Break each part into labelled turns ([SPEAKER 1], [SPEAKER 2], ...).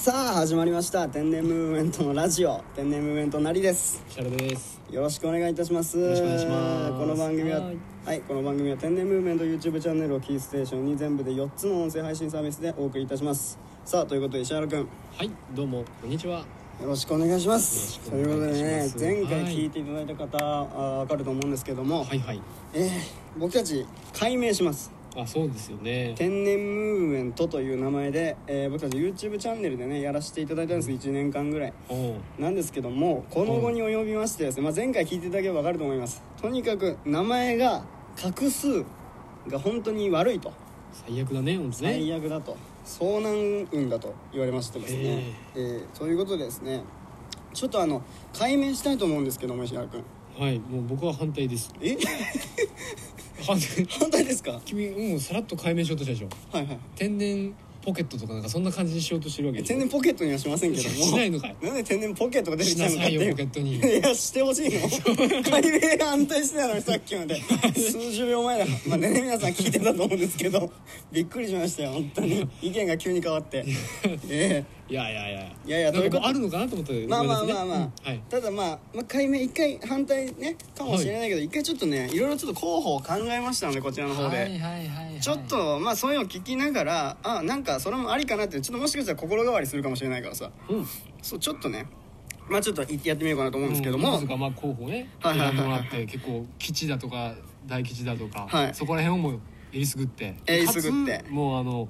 [SPEAKER 1] 始まりました天然ムーブメントのラジオ天然ムーブメントなりです
[SPEAKER 2] シャルです。
[SPEAKER 1] よろしくお願いいたします
[SPEAKER 2] よろしくお願いします
[SPEAKER 1] この番組は
[SPEAKER 3] はい
[SPEAKER 1] はいこの番組は天然ムーブメント YouTube チャンネルをキーステーションに全部で4つの音声配信サービスでお送りいたしますさあということで石原くんよ
[SPEAKER 2] はい、どうもこんにちは。
[SPEAKER 1] ろしくお願いしますと
[SPEAKER 2] よ
[SPEAKER 1] い
[SPEAKER 2] ろ
[SPEAKER 1] う
[SPEAKER 2] しくお
[SPEAKER 1] こと
[SPEAKER 2] 願い
[SPEAKER 1] で
[SPEAKER 2] します
[SPEAKER 1] ね前回
[SPEAKER 2] はい
[SPEAKER 1] 聞いていただいた方あ分かると思うんですけども、
[SPEAKER 2] はいはい。
[SPEAKER 1] えー僕たち改名します
[SPEAKER 2] あ、そうですよね。
[SPEAKER 1] 天然ムーブメントという名前で、えー僕たち YouTube チャンネルでねやらせていただいたんです1年間ぐらい
[SPEAKER 2] おう
[SPEAKER 1] なんですけどもこの後に及びましてですね、まあ、前回聞いていただければ分かると思いますとにかく名前が画数が本当に悪いと
[SPEAKER 2] 最悪だね、本当ね。
[SPEAKER 1] 最悪だと遭難運だと言われましてですねえーということでですねちょっとあの解明したいと思うんですけども石原君
[SPEAKER 2] はい、もう僕は反対です。
[SPEAKER 1] え
[SPEAKER 2] 反対。
[SPEAKER 1] 反対ですか
[SPEAKER 2] 君、うん、さらっと解明しようとしたでしょ。
[SPEAKER 1] はいはい
[SPEAKER 2] 天然ポケットとかなんかそんな感じにしようとしてるわけ
[SPEAKER 1] え
[SPEAKER 2] でしょ
[SPEAKER 1] 天然ポケットにはしませんけども
[SPEAKER 2] しないのかい
[SPEAKER 1] なんで天然ポケットが出てき
[SPEAKER 2] したな
[SPEAKER 1] のかっ
[SPEAKER 2] さ
[SPEAKER 1] て
[SPEAKER 2] い
[SPEAKER 1] い
[SPEAKER 2] よ、
[SPEAKER 1] う
[SPEAKER 2] ポケットに。
[SPEAKER 1] いやしてほしいの解明安定してたのにさっきまで数十秒前だまあね皆さん聞いてたと思うんですけどびっくりしましたよ本当に意見が急に変わってえ
[SPEAKER 2] いやいやいや。
[SPEAKER 1] いやいや
[SPEAKER 2] なん
[SPEAKER 1] という
[SPEAKER 2] かもう
[SPEAKER 1] こと
[SPEAKER 2] あるのかなと思ったけ
[SPEAKER 1] え
[SPEAKER 2] ど
[SPEAKER 1] まあ
[SPEAKER 2] ごめん
[SPEAKER 1] まあ
[SPEAKER 2] なさいね
[SPEAKER 1] まあま
[SPEAKER 2] う
[SPEAKER 1] あ、
[SPEAKER 2] んはい。
[SPEAKER 1] ただまあ、まあ、解明一回反対ねかもしれないけど、一回ちょっとねいろいろちょっと候補を考えましたのでこちらの方で、
[SPEAKER 2] はいはいはいはい。
[SPEAKER 1] ちょっとまあそういうのを聞きながらあなんかそれもありかなってちょっともしかしたら心変わりするかもしれないからさ
[SPEAKER 2] うん。
[SPEAKER 1] そうちょっとねまあちょっとやってみようかなと思うんですけど
[SPEAKER 2] うん
[SPEAKER 1] も、
[SPEAKER 2] いくつかまあ候補ね
[SPEAKER 1] はい
[SPEAKER 2] 選
[SPEAKER 1] はいはい
[SPEAKER 2] んでもらって結構基地だとか大基地だとか、
[SPEAKER 1] はい
[SPEAKER 2] そこら辺をもうえりすぐって
[SPEAKER 1] えりすぐって
[SPEAKER 2] かつもうあの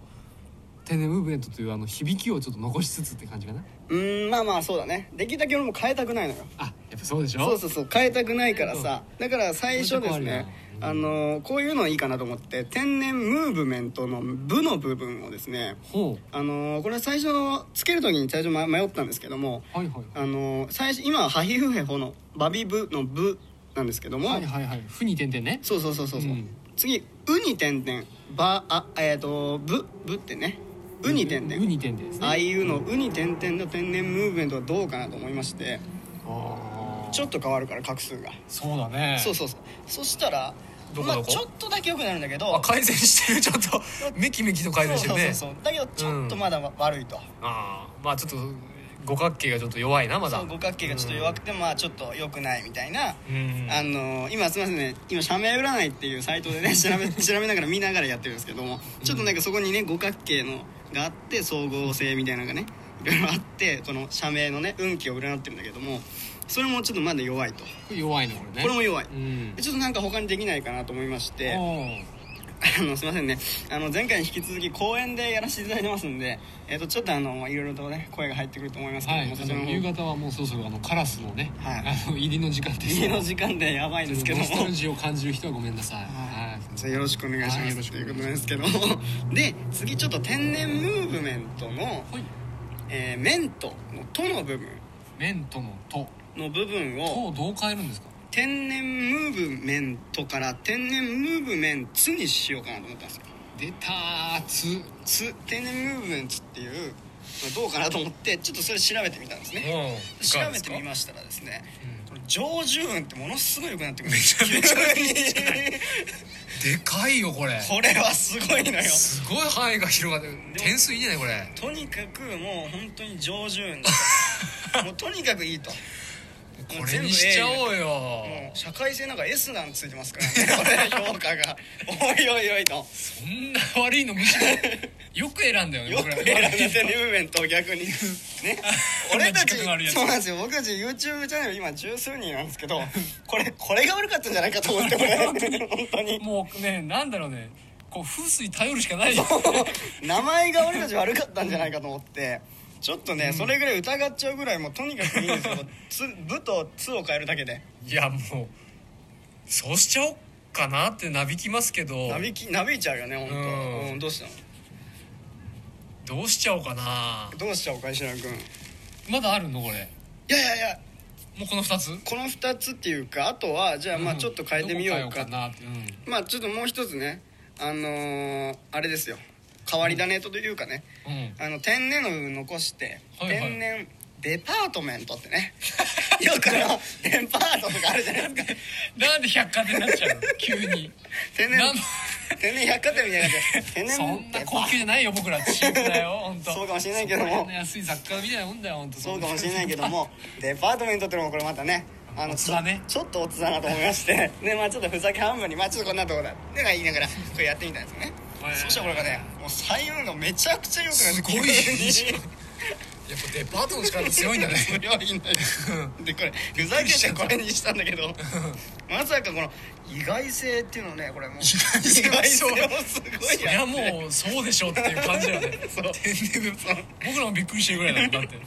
[SPEAKER 2] 天然ムーブメントというあの響きをちょっと残しつつって感じかな
[SPEAKER 1] うーんまあまあそうだねできるだけ俺も変えたくないのよ
[SPEAKER 2] あやっぱそうでしょ
[SPEAKER 1] そうそうそう変えたくないからさだから最初で
[SPEAKER 2] めっ
[SPEAKER 1] すね
[SPEAKER 2] ちゃ
[SPEAKER 1] あ
[SPEAKER 2] 変わ
[SPEAKER 1] のこういうのいいかなと思って天然ムーブメントの「部」の部分をですね
[SPEAKER 2] ほ
[SPEAKER 1] あのこれ最初つける時に最初迷迷ったんですけども
[SPEAKER 2] うはいはい
[SPEAKER 1] あの最初今は「ハヒフヘホ」の「バビブ」の「ブ」なんですけども、
[SPEAKER 2] はいはいはい負に点々ね
[SPEAKER 1] そうそうそうそうそう、
[SPEAKER 2] うん
[SPEAKER 1] 次「う」に点々「ば」あえっ、と「ぶ」「ぶ」ってね「う」に点
[SPEAKER 2] 負
[SPEAKER 1] 々
[SPEAKER 2] に点々ですね
[SPEAKER 1] あいうの「う」に点々の天然ムーブメントはどうかなと思いまして
[SPEAKER 2] あー
[SPEAKER 1] ちょっと変わるから画数が、
[SPEAKER 2] そうだね
[SPEAKER 1] そうそうそうそしたら
[SPEAKER 4] どこどこ
[SPEAKER 1] まあ、ちょっとだけ良くなるんだけど
[SPEAKER 4] あ改善してるちょっとメキメキと改善してるね
[SPEAKER 1] そうそうそうだけどちょっとまだ悪いと、
[SPEAKER 4] ああまあちょっと五角形がちょっと弱いなまだ
[SPEAKER 1] そう五角形がちょっと弱くて、まあちょっと良くないみたいな、
[SPEAKER 4] うん
[SPEAKER 1] あのー今すみませんね今社名占いっていうサイトで ね調べ調べながら見ながらやってるんですけどもちょっとなんかそこにね五角形のがあって総合性みたいなのがねいろいろあってこの社名のね運気を占ってるんだけどもそれもちょっとまだ弱いとこ
[SPEAKER 2] 弱いのこれね
[SPEAKER 1] れも弱い、
[SPEAKER 2] うん
[SPEAKER 1] でちょっとなんか他にできないかなと思いまして
[SPEAKER 2] お
[SPEAKER 1] あのすいませんねあの前回に引き続き公演でやらせていただいてますんで、えー、とちょっとあのいろいろとね声が入ってくると思いますけど
[SPEAKER 2] はい
[SPEAKER 1] も、そちら
[SPEAKER 2] あ
[SPEAKER 1] の
[SPEAKER 2] の
[SPEAKER 1] 方
[SPEAKER 2] 夕方はもうそろそろあのカラスのね、
[SPEAKER 1] はい
[SPEAKER 2] あの入りの時間です
[SPEAKER 1] 家の時間でやばいんですけども
[SPEAKER 2] ノスタルジーを感じる人はごめんなさい。
[SPEAKER 1] は
[SPEAKER 2] はいい。
[SPEAKER 1] じゃあよろしくお願いし
[SPEAKER 2] はいよ
[SPEAKER 1] ま
[SPEAKER 2] ろ
[SPEAKER 1] す
[SPEAKER 2] し
[SPEAKER 1] と
[SPEAKER 2] くお
[SPEAKER 1] い
[SPEAKER 2] 願
[SPEAKER 1] う
[SPEAKER 2] い
[SPEAKER 1] こ
[SPEAKER 2] し
[SPEAKER 1] と
[SPEAKER 2] ま
[SPEAKER 1] なん
[SPEAKER 2] す
[SPEAKER 1] ですけどもで次ちょっと天然ムーブメントの、
[SPEAKER 2] はい。
[SPEAKER 1] えーメントの「と」の部分
[SPEAKER 2] メントのと。
[SPEAKER 1] の部分
[SPEAKER 2] と
[SPEAKER 1] を
[SPEAKER 2] をどう変えるんですか。
[SPEAKER 1] 天然ムーブメントから天然ムーブメンツにしようかなと思ったんですよ
[SPEAKER 2] 出たーつ。
[SPEAKER 1] つ天然ムーブメンツっていうまあどうかなと思ってちょっとそれ調べてみたんですね
[SPEAKER 4] うん
[SPEAKER 1] 調べてみましたらですね、この上十運ってものすごい良くなってくるんですよ
[SPEAKER 4] でかいよこれ
[SPEAKER 1] これはすごい のよ
[SPEAKER 4] すごい範囲が広がってる点数いいじゃないこれ
[SPEAKER 1] とにかくもう本当に上手運 もうとにかくいいと
[SPEAKER 4] これにしちゃおうよ
[SPEAKER 1] もう社会性なんか S なんつい てますからねこれ評価がおいおいおいと
[SPEAKER 4] そんな悪いのむしろよく選んだよね
[SPEAKER 1] よく
[SPEAKER 4] 僕ら
[SPEAKER 1] 選んでてムーブメントを逆にね俺たち
[SPEAKER 4] 自覚があるやつ
[SPEAKER 1] そうなんですよ僕たち YouTube チャンネル今十数人なんですけどこれこれが悪かったんじゃないかと思って俺本当に
[SPEAKER 4] もうねなんだろうねこう風水頼るしかないよ
[SPEAKER 1] 名前が俺たち悪かったんじゃないかと思ってちょっとね、それぐらい疑っちゃうぐらいもうとにかくいいんですよ「つ」 部と「つ」を変えるだけで
[SPEAKER 4] いやもうそうしちゃおうかなってなびきますけど
[SPEAKER 1] なびきなびいちゃうよね本
[SPEAKER 4] うん
[SPEAKER 1] 当。うんどうしたの
[SPEAKER 4] どうしちゃおうかな
[SPEAKER 1] どうしたおかしらくんい
[SPEAKER 4] まだあるのこれ
[SPEAKER 1] やいやいや
[SPEAKER 4] もうこの2つ
[SPEAKER 1] この2つっていうかあとはじゃあまあちょっと変えてみよう
[SPEAKER 2] どこ変
[SPEAKER 1] か,、
[SPEAKER 2] えなって。うん。
[SPEAKER 1] まあちょっともう一つねあのーあれですよ変わり種というかね、
[SPEAKER 4] うん
[SPEAKER 1] あの天然の部分残して、
[SPEAKER 4] はいはい
[SPEAKER 1] 天然デパートメントってね よくあのデパートとかあるじゃないですか
[SPEAKER 4] なんで百貨店になっちゃうの急に
[SPEAKER 1] 天然
[SPEAKER 4] なん
[SPEAKER 1] 天然百貨店みたいになってる天
[SPEAKER 4] そ
[SPEAKER 1] 然
[SPEAKER 4] んな高級じゃないよ僕らチープだよ本当
[SPEAKER 1] そうかもしれないけども
[SPEAKER 4] そこら辺の安い雑貨みたいなもんだよ本当
[SPEAKER 1] そうかもしれないけど もデパートメントってのもこれまたねあの
[SPEAKER 4] おつ
[SPEAKER 1] ち
[SPEAKER 4] だ
[SPEAKER 1] ょ
[SPEAKER 4] ね
[SPEAKER 1] ちょっとおつだなと思いましてねまあちょっとふざけ半分にまあちょっとこんなとこだってか言いながらこれやってみたんですよね
[SPEAKER 4] はい
[SPEAKER 1] そしたらこれがねもう採用がめちゃくちゃ良くなって
[SPEAKER 4] すご
[SPEAKER 1] 急
[SPEAKER 4] い
[SPEAKER 1] に
[SPEAKER 4] やっぱデパートの力強いん だね
[SPEAKER 1] 無料品だよでこれふざけてこれにしたんだけどまさかこの意外性っていうのねこれもう意
[SPEAKER 4] 外性はそう
[SPEAKER 1] 外性もすごい
[SPEAKER 4] そりゃ
[SPEAKER 1] やって
[SPEAKER 4] もうそうでしょっていう感じだよね
[SPEAKER 1] そう
[SPEAKER 4] 天然物僕らもびっくりしてるぐらいだもんだって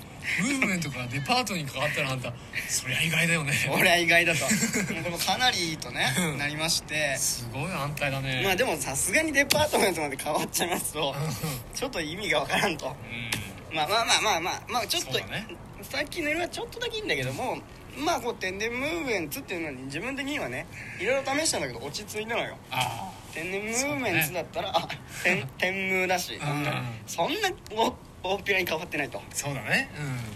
[SPEAKER 4] ムーブメントからデパートに関わったらあんたそりゃ意外だよね
[SPEAKER 1] 俺は意外だと もうこれもかなりいいとねなりまして
[SPEAKER 4] すごい安泰だね
[SPEAKER 1] まあでもさすがにデパートメントまで変わっちゃいますとちょっと意味がわからんと
[SPEAKER 4] う
[SPEAKER 1] まあまあまあまあまあまあちょっと、
[SPEAKER 4] そうだね
[SPEAKER 1] さっきのよりはちょっとだけいいんだけどもまあこう天然ムーブメントっていうのに自分的にはねいろいろ試したんだけど落ち着いたのよ
[SPEAKER 4] あ
[SPEAKER 1] 天然ムーブメントだったら、あ天天ムーだし、
[SPEAKER 4] うん
[SPEAKER 1] そんな大大っぴらに変わってないと
[SPEAKER 4] あそうだね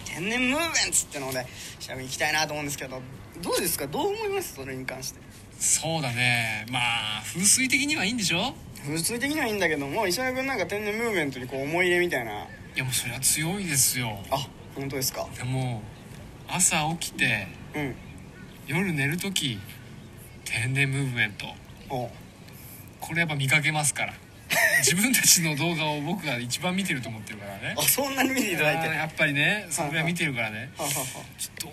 [SPEAKER 4] う
[SPEAKER 1] 天然ムーブメントってので調べに行きたいなと思うんですけどどうですかどう思いますそれに関して
[SPEAKER 4] んそうだねまあ風水的にはいいんでしょ
[SPEAKER 1] 普通的にはいいんだけども石原君なんか天然ムーブメントにこう思い入れみたいない
[SPEAKER 4] やもうそりゃ強いですよ
[SPEAKER 1] あ本当ですか
[SPEAKER 4] でも朝起きて
[SPEAKER 1] うん
[SPEAKER 4] 夜寝る時天然ムーブメント
[SPEAKER 1] お
[SPEAKER 4] これやっぱ見かけますから自分たちの動画を僕が一番見てると思ってるからね
[SPEAKER 1] あそんなに見ていただいて
[SPEAKER 4] あー
[SPEAKER 1] は
[SPEAKER 4] やっぱりねそれは見てるからね
[SPEAKER 1] あは
[SPEAKER 4] ちょっ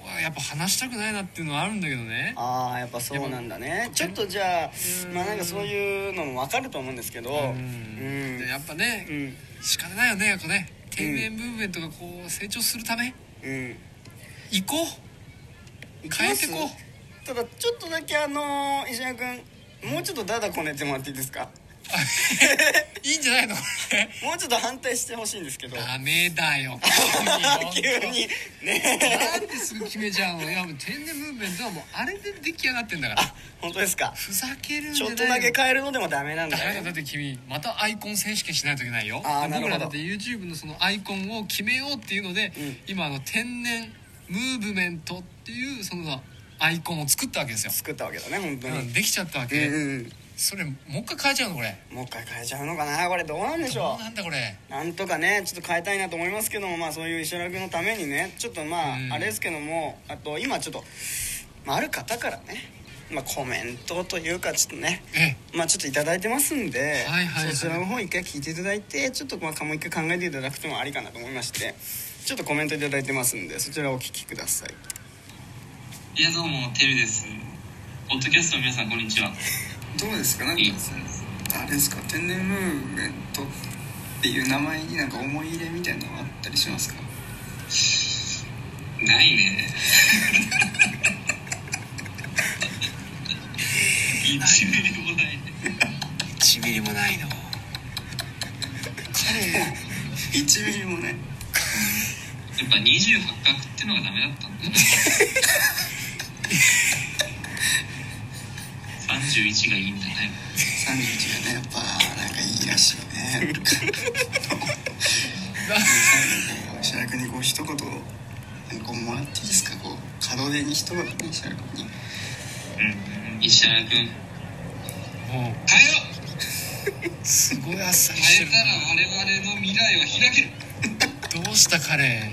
[SPEAKER 4] とやっぱ話したくないなっていうのはあるんだけどね
[SPEAKER 1] あはああーやっぱそうなんだねちょっとじゃあまあなんかそういうのも分かると思うんですけどう
[SPEAKER 4] うん
[SPEAKER 1] ん
[SPEAKER 4] でやっぱね、
[SPEAKER 1] うん
[SPEAKER 4] 仕方ないよねやっぱね天然ムーブメントがこう成長するため
[SPEAKER 1] うん
[SPEAKER 4] 行こう変えてこ
[SPEAKER 1] うただちょっとだけあのー石原君もうちょっとダダこねてもらっていいですか
[SPEAKER 4] ういいんじゃないのこれ
[SPEAKER 1] もうちょっと反対してほしいんですけど
[SPEAKER 4] ダメだよ
[SPEAKER 1] 急にね
[SPEAKER 4] なんですぐ決めちゃうのいやもう天然ムーブメントはもうあれで出来上がってんだから
[SPEAKER 1] 本当ですか
[SPEAKER 4] ふざけるんじ
[SPEAKER 1] ち
[SPEAKER 4] ゃ
[SPEAKER 1] ょっ
[SPEAKER 4] ない
[SPEAKER 1] とだけ
[SPEAKER 4] か
[SPEAKER 1] 変えるのでもダメなん
[SPEAKER 4] だ
[SPEAKER 1] だ
[SPEAKER 4] から
[SPEAKER 1] よ
[SPEAKER 4] だって君またアイコン選手権しないといけないよ
[SPEAKER 1] あーなるほど
[SPEAKER 4] 僕らだって YouTube のそのアイコンを決めようっていうので、
[SPEAKER 1] うん
[SPEAKER 4] 今あの天然ムーブメントっていうそのアイコンを作ったわけですよ、
[SPEAKER 1] 作ったわけだね本当
[SPEAKER 4] うん、
[SPEAKER 1] に
[SPEAKER 4] できちゃったわ
[SPEAKER 1] うん
[SPEAKER 4] け、
[SPEAKER 1] うん
[SPEAKER 4] それもう一回変えちゃうのこれ
[SPEAKER 1] うんもう一回変えちゃうのかなこれどうなんでし
[SPEAKER 4] ど
[SPEAKER 1] ょ
[SPEAKER 4] うなんだこれ
[SPEAKER 1] うなんとかねちょっと変えたいなと思いますけどもまあそういう石原君のためにねちょっとまあ
[SPEAKER 4] うん
[SPEAKER 1] あれですけどもあと今ちょっとまあある方からねまあコメントというかちょっとね
[SPEAKER 4] え
[SPEAKER 1] まあちょっといただいてますんで、
[SPEAKER 4] はいはいはい
[SPEAKER 1] そちらの方一回聞いていただいてちょっとまあもう一回考えていただくともありかなと思いましてちょっとコメントいただいてますんでそちらをお聞きください
[SPEAKER 3] いやどうもてるですポッドキャストの皆さんこんにちは
[SPEAKER 1] どうですかなんか
[SPEAKER 3] いい
[SPEAKER 1] あれですか天然ムーブメントっていう名前になんか思い入れみたいなのはあったりしますか
[SPEAKER 3] ないね一ミリもないね
[SPEAKER 4] 1ミリ もないの
[SPEAKER 1] 1ミリもね
[SPEAKER 3] やっぱ28角ってのがダメだったんだ よね31がいいんだね
[SPEAKER 1] 31がねやっぱなんかいいらしいね石原君にこう一言なんかこうもらっていいですかこう門出に一言ね石原君に
[SPEAKER 3] うん石原君変えよ
[SPEAKER 4] も
[SPEAKER 3] う
[SPEAKER 4] うすごいあっさりして
[SPEAKER 3] 変
[SPEAKER 4] る
[SPEAKER 3] えたら我々の未来は開ける
[SPEAKER 4] どうした彼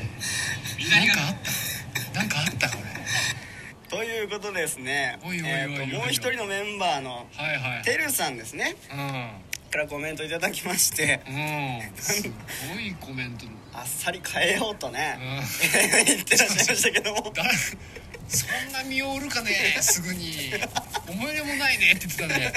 [SPEAKER 3] みんな
[SPEAKER 4] なん
[SPEAKER 3] が
[SPEAKER 4] かあったなんかあったこれ
[SPEAKER 1] ということですね
[SPEAKER 4] おいおいおいおい
[SPEAKER 1] えーともう一人のメンバーの
[SPEAKER 4] はいはい
[SPEAKER 1] てるさんですねからコメントいただきまして
[SPEAKER 4] うんうんすごいコメントの
[SPEAKER 1] あっさり変えようとね、
[SPEAKER 4] うん
[SPEAKER 1] 言ってらっしゃいましたけど も
[SPEAKER 4] だそんな身を売るかねすぐに思い入れもないねって言ってたね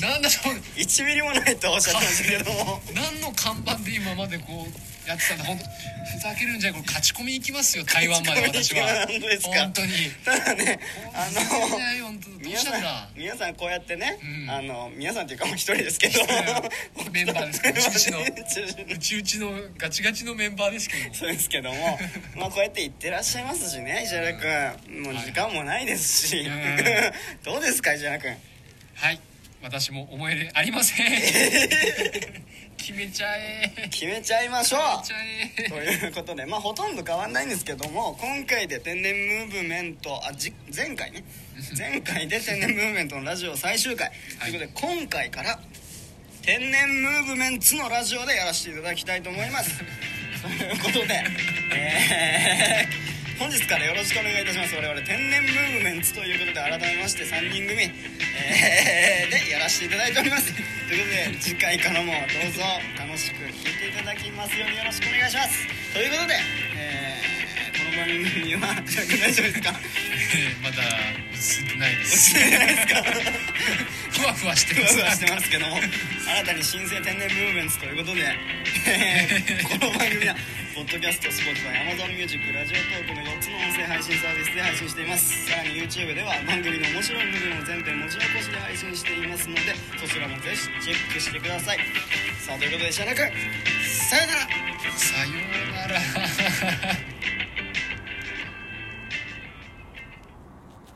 [SPEAKER 4] なんだろう
[SPEAKER 1] 1ミリもないとおっしゃってましたけど も
[SPEAKER 4] 何の看板で今までこうやってたんだ本当ふざけるんじゃないこれ勝ち込み行きますよ台湾まで私は
[SPEAKER 1] 勝ち込み行きます
[SPEAKER 4] 本当に
[SPEAKER 1] ただねあ
[SPEAKER 4] ふざけん
[SPEAKER 1] の
[SPEAKER 4] じゃないよ本当どう
[SPEAKER 1] 皆
[SPEAKER 4] し
[SPEAKER 1] さ
[SPEAKER 4] た
[SPEAKER 1] ん
[SPEAKER 4] んだ
[SPEAKER 1] 皆さんこうやってね、
[SPEAKER 4] うん
[SPEAKER 1] あの皆さんっていうかもう一人ですけど
[SPEAKER 4] メンバーですからうちうちの
[SPEAKER 1] 中心
[SPEAKER 4] うちうちのガチガチのメンバーですけど も
[SPEAKER 1] そうですけどもまあこうやって行ってらっしゃいますしね石原君もう時間もないですし、
[SPEAKER 4] はい
[SPEAKER 1] どうですか石原君
[SPEAKER 4] はい私も思い入れありません決めちゃえ
[SPEAKER 1] 決めちゃいましょう
[SPEAKER 4] 決めちゃえ
[SPEAKER 1] ということでまあほとんど変わんないんですけども今回で天然ムーブメントあじ前回 ね前回で天然ムーブメントのラジオ最終回、
[SPEAKER 4] はい
[SPEAKER 1] ということで今回から天然ムーブメンツのラジオでやらせていただきたいと思いますということで、えー本日からよろしくお願いいたします我々天然ムーブメンツということで改めまして3人組、えーでやらせていただいておりますということで次回からもどうぞ楽しく聴いていただきますようによろしくお願いしますということで、えーこの番組は大丈夫ですか
[SPEAKER 4] まだ映ってないで
[SPEAKER 1] 落
[SPEAKER 4] す
[SPEAKER 1] ちてないですか
[SPEAKER 4] ふわふわして
[SPEAKER 1] ふ
[SPEAKER 4] ま
[SPEAKER 1] わ
[SPEAKER 4] す
[SPEAKER 1] ふわしてますけども新たに新生天然ムーブメンツということで、 えーこの番組はポッドキャストスポーツは AmazonMusic ラジオトークの4つの音声配信サービスで配信していますさらに YouTube では番組の面白い部分を全編持ち起こしで配信していますのでそちらもぜひチェックしてくださいさあということでシャナ君さよなら
[SPEAKER 4] さようなら